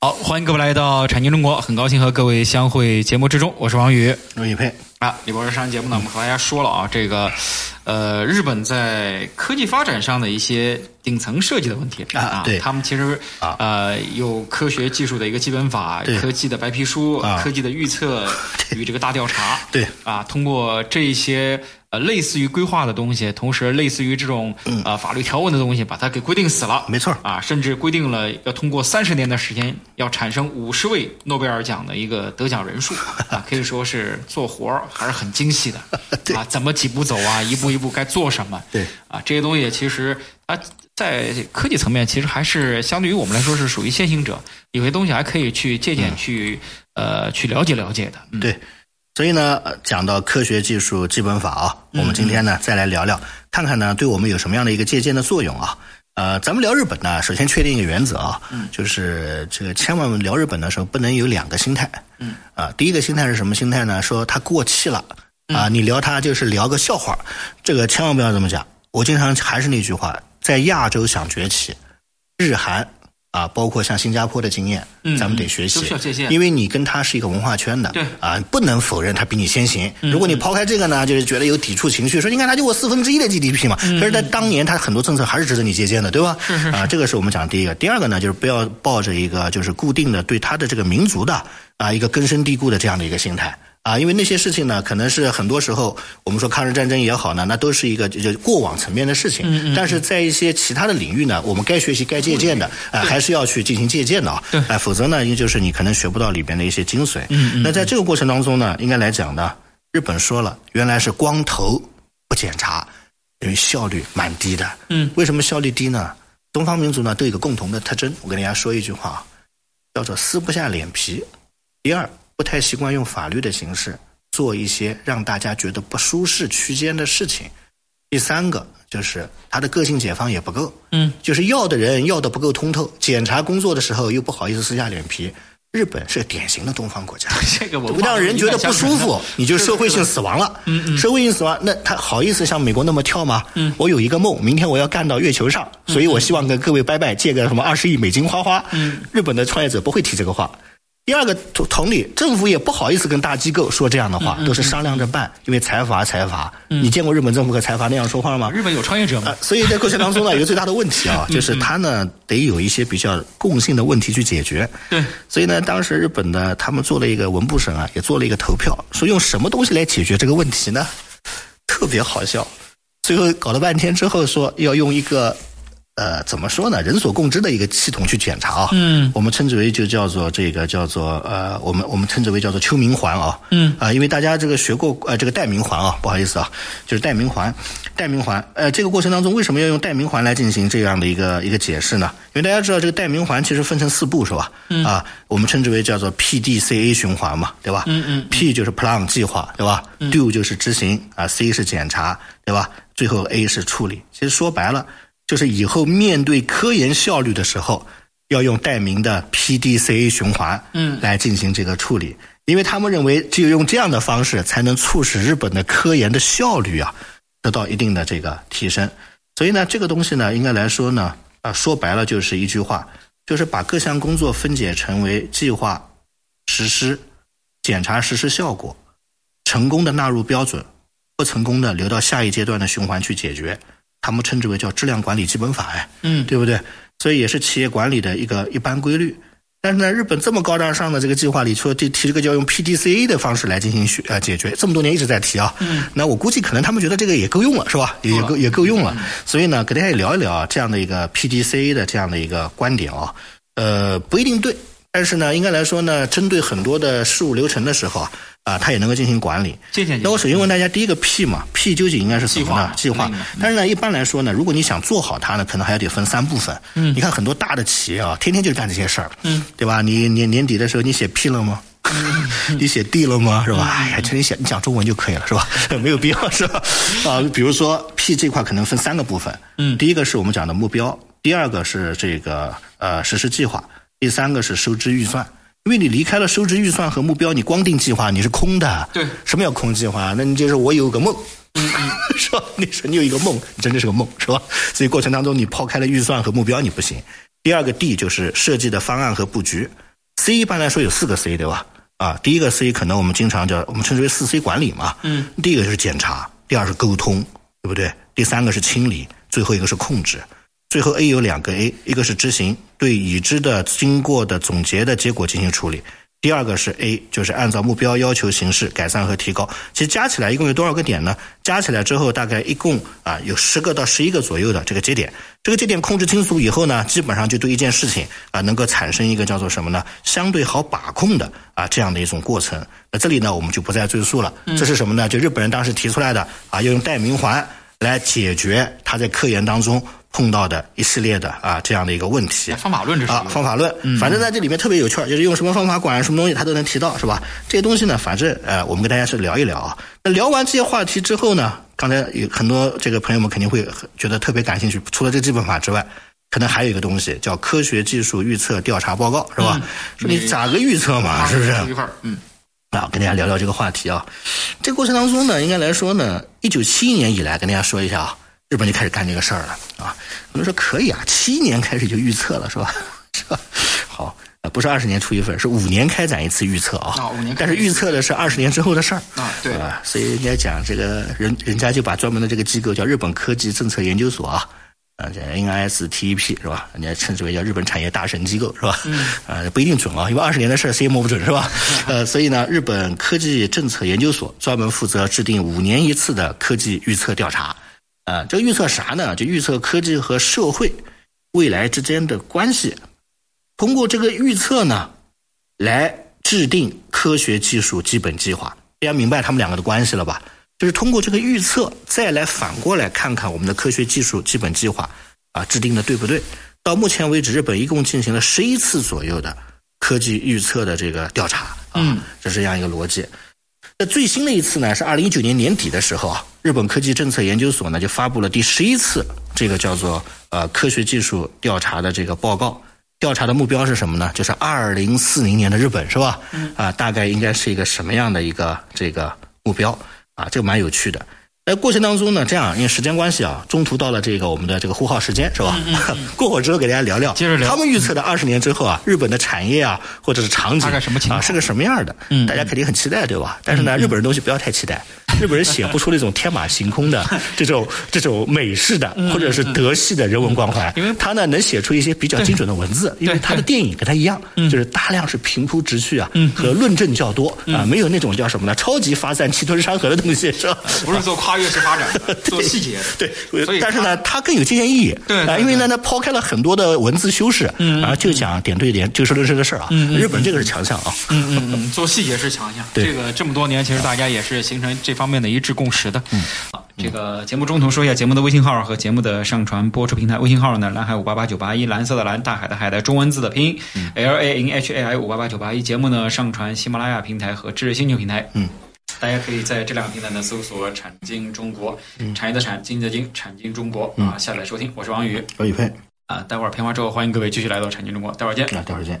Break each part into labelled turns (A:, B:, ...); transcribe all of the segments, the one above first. A: 好，欢迎各位来到《产经中国》，很高兴和各位相会节目之中，我是王宇
B: 罗宇佩，
A: 啊。李博士上期节目呢，我们和大家说了啊，这个呃，日本在科技发展上的一些顶层设计的问题
B: 啊对
A: 他们其实
B: 啊
A: 呃有科学技术的一个基本法，
B: 对
A: 科技的白皮书，
B: 啊
A: 科技的预 测与这个大调查，
B: 对
A: 啊，通过这一些。呃，类似于规划的东西，同时类似于这种呃法律条文的东西，把它给规定死了。
B: 嗯没错
A: 啊，甚至规定了要通过三十年的时间，要产生五十位诺贝尔奖的一个得奖人 数啊，可以说是做活儿还是很精细的啊，怎么几步走 啊，一步一步该做什么？
B: 对
A: 啊，这些东西其实啊，在科技层面其实还是相对于我们来说是属于先行者，有些东西还可以去借
B: 嗯
A: 鉴、去呃去了解了解的。 嗯，
B: 对。所以呢，呃讲到科学技术基本法啊，我们今天呢再来聊聊，看看呢对我们有什么样的一个借鉴的作用啊。呃，咱们聊日本呢，首先确定一个原则啊，就是这个千万聊日本的时候不能有两个心态。嗯。啊，第一个心态是什么心态呢？说它过气了啊，你聊它就是聊个笑话，这个千万不要这么讲。我经常还是那句话，在亚洲想崛起，日韩啊，包括像新加坡的经验，
A: 嗯
B: 咱们得学习，
A: 都需要借鉴
B: 因为你跟他是一个文化圈的，
A: 对嗯
B: 啊，不能否认他比你先行。如果你抛开这个呢，就是觉得有抵触情绪，说你看他就我四分之一的 GDP 嘛，
A: 嗯
B: 可是，在当年他很多政策还是值得你借鉴的，对吧？是是啊，这个是我们讲的第一个。第二个呢，就是不要抱着一个就是固定的对他的这个民族的啊一个根深蒂固的这样的一个心态。啊，因为那些事情呢，可能是很多时候我们说抗日战争也好呢，那都是一个就就过往层面的事情。但是在一些其他的领域呢，我们该学习、该借鉴的，呃，还是要去进行借鉴的啊。对，否则呢，也就是你可能学不到里边的一些精髓。嗯嗯。那在这个过程当中呢，应该来讲呢，日本说了，原来是光头不检查，因为效率蛮低的。嗯。为什么效率低呢？东方民族呢都有一个共同的特征，我跟大家说一句话啊，叫做撕不下脸皮。第二，不太习惯用法律的形式做一些让大家觉得不舒适区间的事情。第三个就是他的个性解放也不够，嗯，就是要的人要的不够通透，检查工作的时候又不好意思撕下脸皮。日本是典型的东方国家，
A: 这个文
B: 不
A: 化
B: 让人觉得不舒
A: 是
B: 服
A: 的，
B: 你就社会性死亡了。嗯嗯，社会性死亡，那他好意思像美国那么跳吗？嗯，我有一个梦，明天我要干到月球上，所以我希望跟各位拜拜，借个什么二十亿美金花花。嗯，日本的创业者不会提这个话。第二个同同理，政府也不好意思跟大机构说这样的话，都是商量着办，因为财阀财阀。你见过日本政府和财阀那样说话吗？
A: 日本有创业者吗
B: 呃？所以在过程当中呢，有一个最大的问题啊，就是他呢得有一些比较共性的问题去解决。
A: 对，
B: 所以呢，当时日本呢，他们做了一个文部省啊，也做了一个投票，说用什么东西来解决这个问题呢？特别好笑，最后搞了半天之后说要用一个。呃，怎么说呢？人所共知的一个系统去检查啊，嗯，我们称之为就叫做这个叫做呃，我们我们称之为叫做秋明环啊，嗯，啊、因为大家这个学过呃这个戴明环啊，不好意思啊，就是戴明环，戴明环，呃，这个过程当中为什么要用戴明环来进行这样的一个一个解释呢？因为大家知道这个戴明环其实分成四步是吧？嗯，啊，我们称之为叫做 PDCA 循环嘛，对吧？嗯嗯，P 就是 Plan 计划，对吧、d o 就是执行啊，C 是检查，对吧？最后 A 是处理。其实说白了。就是以后面对科研效率的时候，要用戴明的 PDCA 循环，嗯，来进行这个处理，因为他们认为只有用这样的方式，才能促使日本的科研的效率啊得到一定的这个提升。所以呢，这个东西呢，应该来说呢，啊，说白了就是一句话，就是把各项工作分解成为计划、实施、检查实施效果，成功的纳入标准，不成功的留到下一阶段的循环去解决，他们称之为叫质量管理基本法，哎，嗯，对不对？所以也是企业管理的一个一般规律。但是呢，日本这么高大上的这个计划里，说提提这个要用 PDCA 的方式来进行学呃解决，这么多年一直在提啊。嗯。那我估计可能他们觉得这个也够用了，嗯是吧？也也够也够用了。所以呢，给大家也聊一聊啊这样的一个 PDCA 的这样的一个观点啊，呃，不一定对，但是呢，应该来说呢，针对很多的事务流程的时候啊，啊、它也能够进行管理。
A: 借鉴借鉴
B: 那我首先问大家，第一个 P 嘛，P 究竟应该是什么呢？
A: 计
B: 计
A: 划
B: 划。但是呢，一般来说呢，如果你想做好它呢，可能还得分三部分。嗯，你看很多大的企业啊，天天就是干这些事儿。嗯，对吧？你年年底的时候，你写 P 了吗？ 你写 D 了吗？是吧？哎呀，这你写你讲中文就可以了，是吧？ 没有必要，是吧？啊，比如说 P 这块可能分三个部分。嗯，第一个是我们讲的目标，第二个是这个呃实施计划，第三个是收支预算。因为你离开了收支预算和目标，你光定计划你是空的。
A: 对
B: 什么叫空计划？那你就是我有个梦，是吧？你 说你有一个梦，你真的是个梦，是吧？所以过程当中你抛开了预算和目标，你不行。第二个 D 就是设计的方案和布局。C 一般来说有四个 C 对吧？啊，第一个 C 可能我们经常叫我们称之为四 C 管理嘛。嗯。第一个就是检查，第二是沟通，对不对？第三个是清理，最后一个是控制。最后 A 有两个 A，一个是执行，对已知的、经过的、总结的结果进行处理；第二个是 A，就是按照目标要求行事、改善和提高。其实加起来一共有多少个点呢？加起来之后大概一共啊有十个到十一个左右的这个节点。这个节点控制清楚以后呢，基本上就对一件事情啊能够产生一个叫做什么呢？相对好把控的啊这样的一种过程。那这里呢我们就不再赘述了。这是什么呢？就日本人当时提出来的啊，要用代名环。来解决他在科研当中碰到的一系列的啊这样的一个问题。
A: 方法论这是嗯
B: 啊，方法论，反正在这里面特别有趣儿，就是用什么方法管什么东西，他都能提到，是吧？这些东西呢，反正呃，我们跟大家是聊一聊啊。那聊完这些话题之后呢，刚才有很多这个朋友们肯定会很觉得特别感兴趣，除了这基本法之外。可能还有一个东西叫科学技术预测调查报告，
A: 嗯
B: 是吧？说你咋个预测嘛，是不是？
A: 一块儿，嗯，
B: 啊，跟大家聊聊这个话题啊。这个过程当中呢，应该来说呢，一九七一年以来，跟大家说一下啊，日本就开始干这个事儿了啊。有人说可以啊，七一年开始就预测了，是吧？ 是吧？好，呃不是二十年出一份，是五年开展一次预测啊。
A: 啊五年开展
B: 但是预测的是二十年之后的事儿
A: 啊对
B: 啊，所以人家讲这个人，人家就把专门的这个机构叫日本科技政策研究所啊。啊，这 NISTEP E 是吧？人家称之为叫日本产业大神机构是吧？嗯，啊，不一定准啊，因为二十年的事儿谁也摸不准是吧？呃，所以呢，日本科技政策研究所专门负责制定五年一次的科技预测调查。啊，这个预测啥呢？就预测科技和社会未来之间的关系。通过这个预测呢，来制定科学技术基本计划。大家明白他们两个的关系了吧？就是通过这个预测，再来反过来看看我们的科学技术基本计划啊制定的对不对。到目前为止，日本一共进行了十一次左右的科技预测的这个调查啊，这是这样一个逻辑。那最新的一次呢，是二零一九年年底的时候啊，日本科技政策研究所呢就发布了第十一次这个叫做呃科学技术调查的这个报告。调查的目标是什么呢？就是二零四零年的日本是吧？
A: 嗯
B: 啊，大概应该是一个什么样的一个这个目标啊？这个蛮有趣的。那过程当中呢，这样因为时间关系啊，中途到了这个我们的这个呼号时间是吧？ 过会儿之后给大家聊聊，
A: 嗯接着聊
B: 他们预测的二十年之后啊，日本的产业啊或者是场景
A: 大概什么情况
B: 啊是个什么样的？嗯，大家肯定很期待，对吧？但
A: 嗯
B: 是呢，日本人东西不要太期待， 日本人写不出那种天马行空 的这种这种美式的或者是德系的人文关怀，
A: 嗯因为
B: 他呢能写出一些比较精准的文字，因为他的电影跟他一样，
A: 嗯
B: 就是大量是平铺直叙啊，和论证较多
A: 嗯
B: 啊，没有那种叫什么呢，超级发散气吞山河的东西是 吧？
A: 不是做跨越式发 展的，做细节的，所
B: 对，
A: 以
B: 但是呢，它更有借鉴意义。
A: 对对嗯
B: 啊，因为呢，它抛开了很多的文字修饰，然后就讲点对点、就事论事的事儿啊。日本这个是强项啊。
A: 嗯嗯嗯，做细节是强项。
B: 对
A: 这个这么多年，其实大家也是形成这方面的一致共识的。嗯，这个节目中途说一下节目的微信号和节目的上传播出平台。微信号呢，蓝海五八八九八一，蓝色的蓝，大海的海带，中文字的拼音、L
B: 嗯
A: A N H A I 五八八九八一。节目呢上传喜马拉雅平台和知识星球平台。
B: 嗯。
A: 大家可以在这两个平台呢搜索“产经中国”，
B: 嗯
A: 产业的产，经济的经，产经中国啊，下载收听。我是王宇
B: 高宇飞，
A: 啊，待会儿片花之后，欢迎各位继续来到产经中国，待会儿见。
B: 那待会儿见。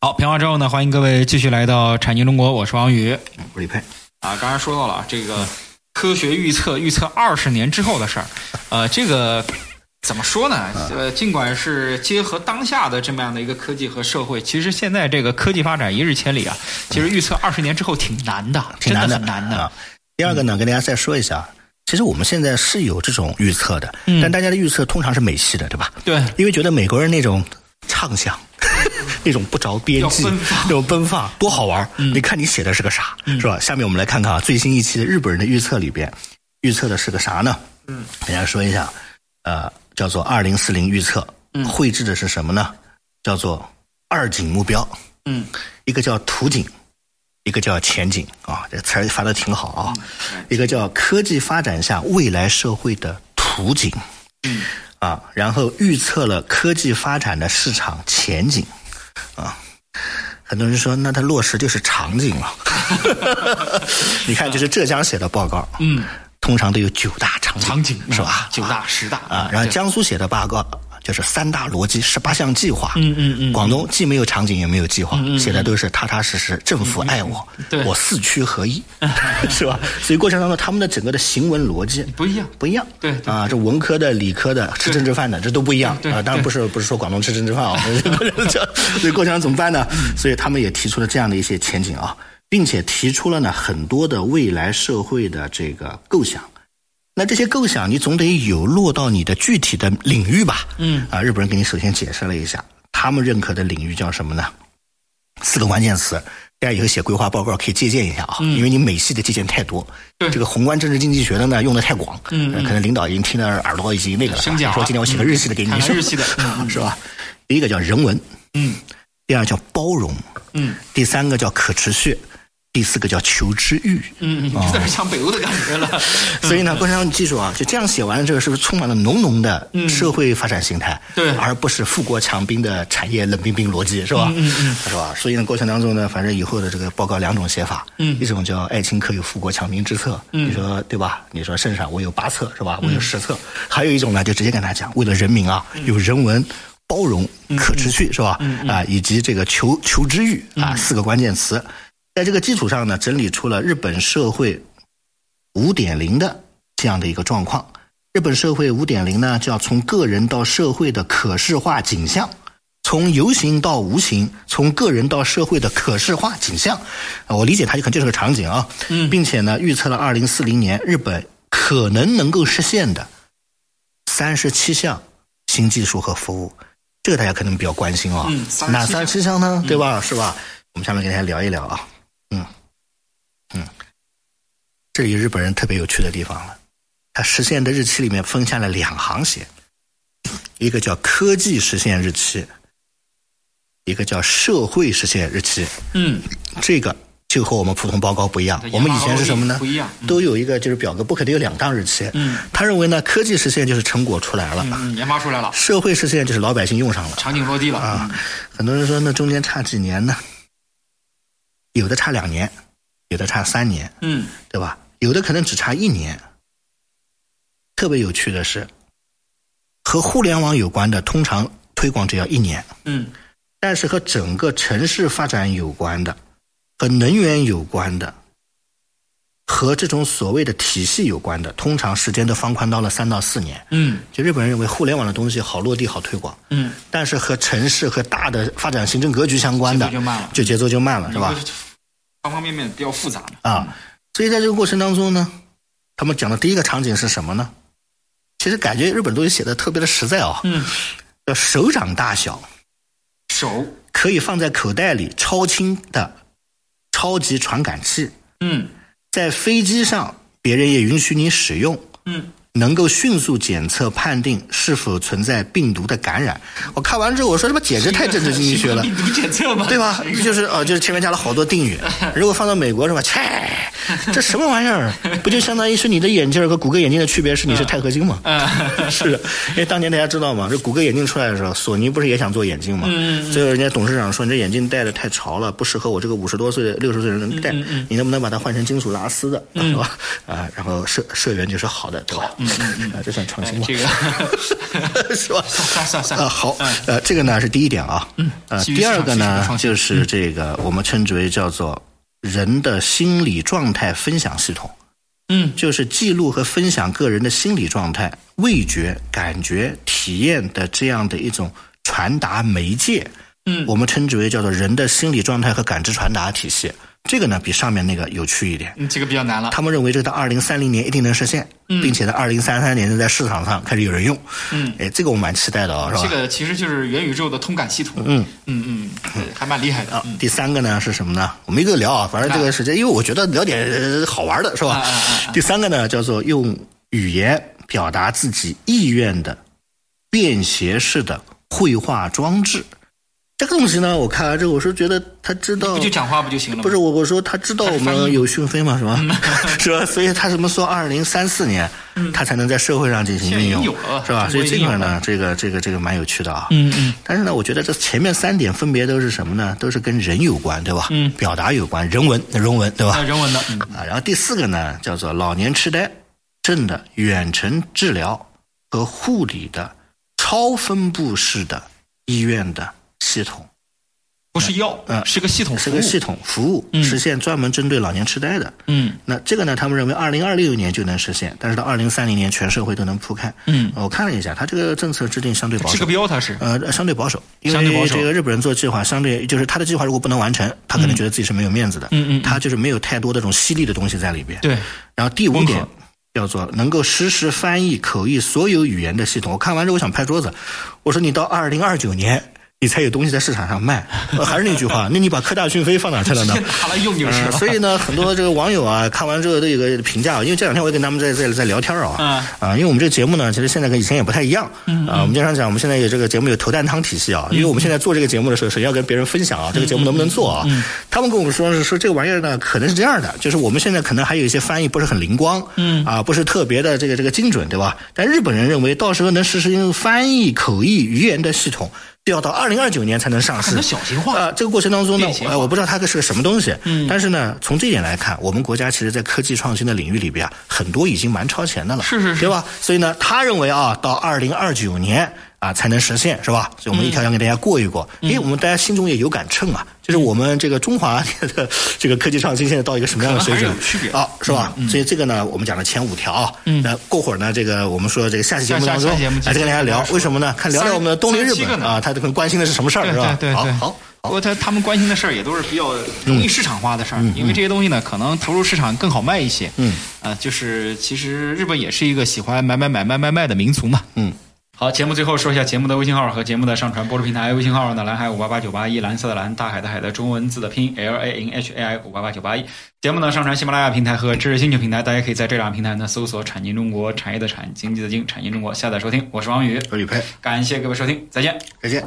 A: 好，评完之后呢，欢迎各位继续来到产经中国，我是王宇。
B: 我李佩，
A: 啊，刚才说到了啊这个科学预测，预测二十年之后的事儿，呃，这个怎么说呢？呃，尽管是结合当下的这么样的一个科技和社会，其实现在这个科技发展一日千里啊，其实预测二十年之后挺难的，
B: 挺
A: 真
B: 难
A: 的
B: 的，
A: 很难的嗯
B: 啊。第二个呢，跟大家再说一下，啊其实我们现在是有这种预测的，
A: 嗯
B: 但大家的预测通常是美系的，对吧？
A: 对
B: 因为觉得美国人那种畅想。 那种不着边际
A: 要奔放，嗯
B: 那种奔放，多好玩！你看你写的是个啥，是吧？下面我们来看看啊，最新一期的日本人的预测里边，预测的是个啥呢？嗯，给大家说一下，呃，叫做“二零四零预测”，
A: 嗯
B: 绘制的是什么呢？叫做二景目标。
A: 嗯，
B: 一个叫图景，一个叫前景啊，这词儿发的挺好啊。
A: 嗯
B: 一个叫科技发展下未来社会的图景，
A: 嗯，
B: 啊，然后预测了科技发展的市场前景，啊。很多人说，那它落实就是场 景了。你看，就是浙江写的报告，嗯，通常都有九大场景，
A: 场景嗯
B: 是吧？
A: 九大十大
B: 啊，然后
A: 对
B: 江苏写的报告就是三大逻辑十八项计划。
A: 嗯嗯嗯
B: 广东既没有场景也没有计划，写的都是踏踏实实，政府爱我，
A: 嗯对
B: 我四区 合一，是吧？所以过程当中，他们的整个的行文逻辑
A: 不一样。
B: 不一样。
A: 对对
B: 啊，这文科的、理科的、吃政治饭的，这都不一样
A: 对
B: 啊。当然不是不是说广东吃政治 饭啊，所以过程中怎么办呢？
A: 嗯
B: 所以他们也提出了这样的一些前景啊，并且提出了呢很多的未来社会的这个构想。那这些构想，你总得有落到你的具体的领域吧？嗯，啊，日本人给你首先解释了一下，他们认可的领域叫什么呢？四个关键词，大家以后写规划报告可以借鉴一下啊，因为你美系的借鉴太多。
A: 嗯对
B: 这个宏观政治经济学的呢，用的太广，
A: 嗯
B: 呃可能领导已经听得耳朵已经那个了。
A: 生讲了
B: 说今天我写个日系的给你，
A: 看看日系的嗯嗯
B: 是吧？第一个叫人文，
A: 嗯
B: 第二叫包容，
A: 嗯
B: 第三个叫可持续，第四个叫求知欲。
A: 嗯，有
B: 哦
A: 点像北欧的感觉了。
B: 所以呢，郭先生，你记住啊，就这样写完了之后，是不是充满了浓浓的
A: 嗯
B: 社会发展形态？
A: 对
B: 而不是富国强兵的产业冷冰冰逻辑，是吧？嗯嗯，是吧？所以呢，过程当中呢，反正以后的这个报告两种写法，
A: 嗯
B: 一种叫“爱卿可有富国强兵之策”，嗯，你嗯说对吧？你说圣上我有八策是吧？我有十策，还有一种呢，就直接跟他讲，为了人民啊，有人文。包容、可持续是吧？啊，以及这个求求知欲啊，四个关键词，在这个基础上呢，整理出了日本社会五点零的这样的一个状况。日本社会五点零呢，就要从个人到社会的可视化景象，从有形到无形，从个人到社会的可视化景象。啊我理解它就可能就是个场景啊，嗯，并且呢，预测了二零四零年日本可能能够实现的三十七项新技术和服务，这个大家可能比较关心啊。
A: 嗯37
B: 哪三十七项嗯呢？对吧？是吧？我们下面跟大家聊一聊啊，嗯嗯，这里日本人特别有趣的地方了。它实现的日期里面分下了两行写，一个叫科技实现日期，一个叫社会实现日期。
A: 嗯，
B: 这个就和我们普通报告不一样
A: 对。
B: 我们以前是什么呢？
A: 不一样嗯
B: 都有一个就是表格，不可能有两档日期。嗯，他认为呢，科技实现就是成果出来了，
A: 嗯，研发出来了，
B: 社会实现就是老百姓用上了。
A: 场景落地了。
B: 啊，很多人说那中间差几年呢？有的差两年，有的差三年，
A: 嗯
B: 对吧？有的可能只差一年。特别有趣的是，和互联网有关的，通常推广只要一年，
A: 嗯
B: 但是和整个城市发展有关的，和能源有关的，和这种所谓的体系有关的，通常时间都放宽到了三到四年。
A: 嗯
B: 就日本人认为互联网的东西好落地、好推广，
A: 嗯，
B: 但是和城市和大的发展行政格局相关的，
A: 节奏就慢了
B: 就节奏就慢了，是吧？
A: 有个方方面面比较复杂的。
B: 啊，所以在这个过程当中呢，他们讲的第一个场景是什么呢？其实感觉日本东西写的特别的实在啊、
A: 嗯，
B: 叫手掌大小，
A: 手，
B: 可以放在口袋里超轻的超级传感器，
A: 嗯
B: 在飞机上别人也允许你使用，
A: 嗯，
B: 能够迅速检测判定是否存在病毒的感染。我看完之后我说这不简直太政治经济学了，
A: 病毒检测嘛，
B: 对吧？就是呃，就是前面加了好多定语。如果放到美国是吧？切，这什么玩意儿？不就相当于是你的眼镜儿和谷歌眼镜的区别是你是钛合金吗？ 是的，因为当年大家知道嘛，这谷歌眼镜出来的时候，索尼不是也想做眼镜嘛？最后人家董事长说你这眼镜戴的太潮了，不适合我这个五十多岁、六十岁的嗯 人戴，你能不能把它换成金属拉丝的，是吧？啊，然后社社员就说好的，对吧？嗯嗯嗯，这算创新吗？
A: 这 个
B: 是吧？
A: 算算算
B: 呃，好，呃，这个呢是第一点啊。嗯。呃，
A: 基于
B: 第二个
A: 市场需求的
B: 呢
A: 创新
B: 就是这个我们称之为叫做人的心理状态分享系统，
A: 嗯
B: 就是记录和分享个人的心理状态、味觉、感觉、体验的这样的一种传达媒介。
A: 嗯
B: 我们称之为叫做人的心理状态和感知传达体系。这个呢比上面那个有趣一点。
A: 嗯，这个比较难了。
B: 他们认为这到二零三零年一定能实现，并且在二零三三年能在市场上开始有人用。
A: 嗯，
B: 哎，这个我蛮期待的啊、是吧？
A: 这个其实就是元宇宙的通感系统。嗯嗯嗯，还蛮厉害的。
B: 啊
A: 嗯，
B: 第三个呢是什么呢？我们一个聊啊，反正这个时间，因为我觉得聊点呃好玩的是吧
A: 啊啊啊？
B: 第三个呢叫做用语言表达自己意愿的便携式的绘画装置。这个东西呢，我看完之后，我是觉得他知道
A: 不就讲话不就行了吗？
B: 不是我，我说他知道我们有讯飞嘛，是吧？
A: 嗯
B: 是吧？所以他什么说二零三四年，他才能在社会上进行运
A: 现在
B: 用
A: 已经有了，
B: 是吧？
A: 中
B: 所
A: 国
B: 以
A: 已
B: 这
A: 经
B: 块
A: 有
B: 呢
A: 了，
B: 这个这个这个蛮有趣的啊。
A: 嗯嗯
B: 但是呢，我觉得这前面三点分别都是什么呢？都是跟人有关，对吧？嗯，表达有关，人文、人文，对吧
A: 啊，？人文的，嗯
B: 啊，然后第四个呢，叫做老年痴呆症的远程治疗和护理的超分布式的医院的系统。
A: 不是药，
B: 嗯
A: 是个系统，
B: 是个系。统服务，实现专门针对老年痴呆的。
A: 嗯，
B: 那这个呢，他们认为二零二六年就能实现，但是到二零三零年全社会都能铺开。呃
A: 嗯
B: 我看了一下，它这个政策制定相对保
A: 是个
B: 守。
A: 标，它是。
B: 呃，相对保守，因
A: 相对保
B: 为
A: 守
B: 这个日本人做计划，相对就是他的计划如果不能完成，他可能觉得自己是没有面子的。
A: 嗯嗯嗯嗯
B: 他就是没有太多的这种犀利的东西在里边。
A: 对，
B: 然后第五
A: 温和
B: 点叫做能够实时翻译口译所有语言的系统。我看完之后我想拍桌子，我说你到二零二九年你才有东西在市场上卖。呃还是那句话，那你把科大讯飞放哪去了呢？
A: 拿来用就是
B: 呃
A: 了。
B: 所以呢，很多这个网友啊，看完之后都有个评价，因为这两天我也跟他们在在在聊天啊，
A: 嗯
B: 啊、因为我们这个节目呢，其实现在跟以前也不太一样，啊、我们经常讲，我们现在有这个节目有头啖汤体系
A: 嗯
B: 啊，因为我们现在做这个节目的时候，首先要跟别人分享啊，这个节目能不能做
A: 嗯
B: 啊？他们跟我们说是说这个玩意儿呢，可能是这样的，就是我们现在可能还有一些翻译不是很灵光，嗯，啊，不是特别的这个这个精准，对吧？但日本人认为，到时候能实施翻译口译语言的系统。就要到二零二九年才能上市，
A: 可能小型化
B: 呃，这个过程当中呢
A: 便携，化嗯
B: 呃，我不知道它是个什么东西，但是呢，从这一点来看，我们国家其实在科技创新的领域里边啊，很多已经蛮超前的了，
A: 是是是
B: 对吧？所以呢，他认为啊，到二零二九年啊才能实现，是吧？所以我们一
A: 嗯
B: 条条给大家过一过，因为我们大家心中也有杆秤啊，就是我们这个中华 的这个科技创新现在到一个什么样的水准
A: 可能还是有区别嗯
B: 啊，是吧？所以这个呢，我们讲了前五条啊，那过会儿呢，这个我们说这个下期节目
A: 下下
B: 当中
A: 下期节目
B: 来再跟大家聊
A: 继，续
B: 为什么呢？看聊聊我们的东邻日
A: 三十七个
B: 本
A: 呢
B: 啊，他更关心的是什么事儿，
A: 对
B: 是吧
A: 对？对
B: 好
A: 对，
B: 好。
A: 不过他他们关心的事儿也都是比较容易市场化的事儿，因为这些东西呢，可能投入市场更好卖一些。嗯，啊，就是其实日本也是一个喜欢买买买卖卖卖的民族嘛。
B: 嗯。
A: 好，节目最后说一下节目的微信号和节目的上传播出平台。微信号呢，蓝海五八八九八一，蓝色的蓝，大海的海的中文字的拼音 L A N H A I 五八八九八一。节目呢上传喜马拉雅平台和知识星球平台，大家可以在这两个平台呢搜索“产经中国”，产业的产，经济的经，产经中国下载收听。我是王宇，
B: 我是李佩，
A: 感谢各位收听，再见。
B: 再见。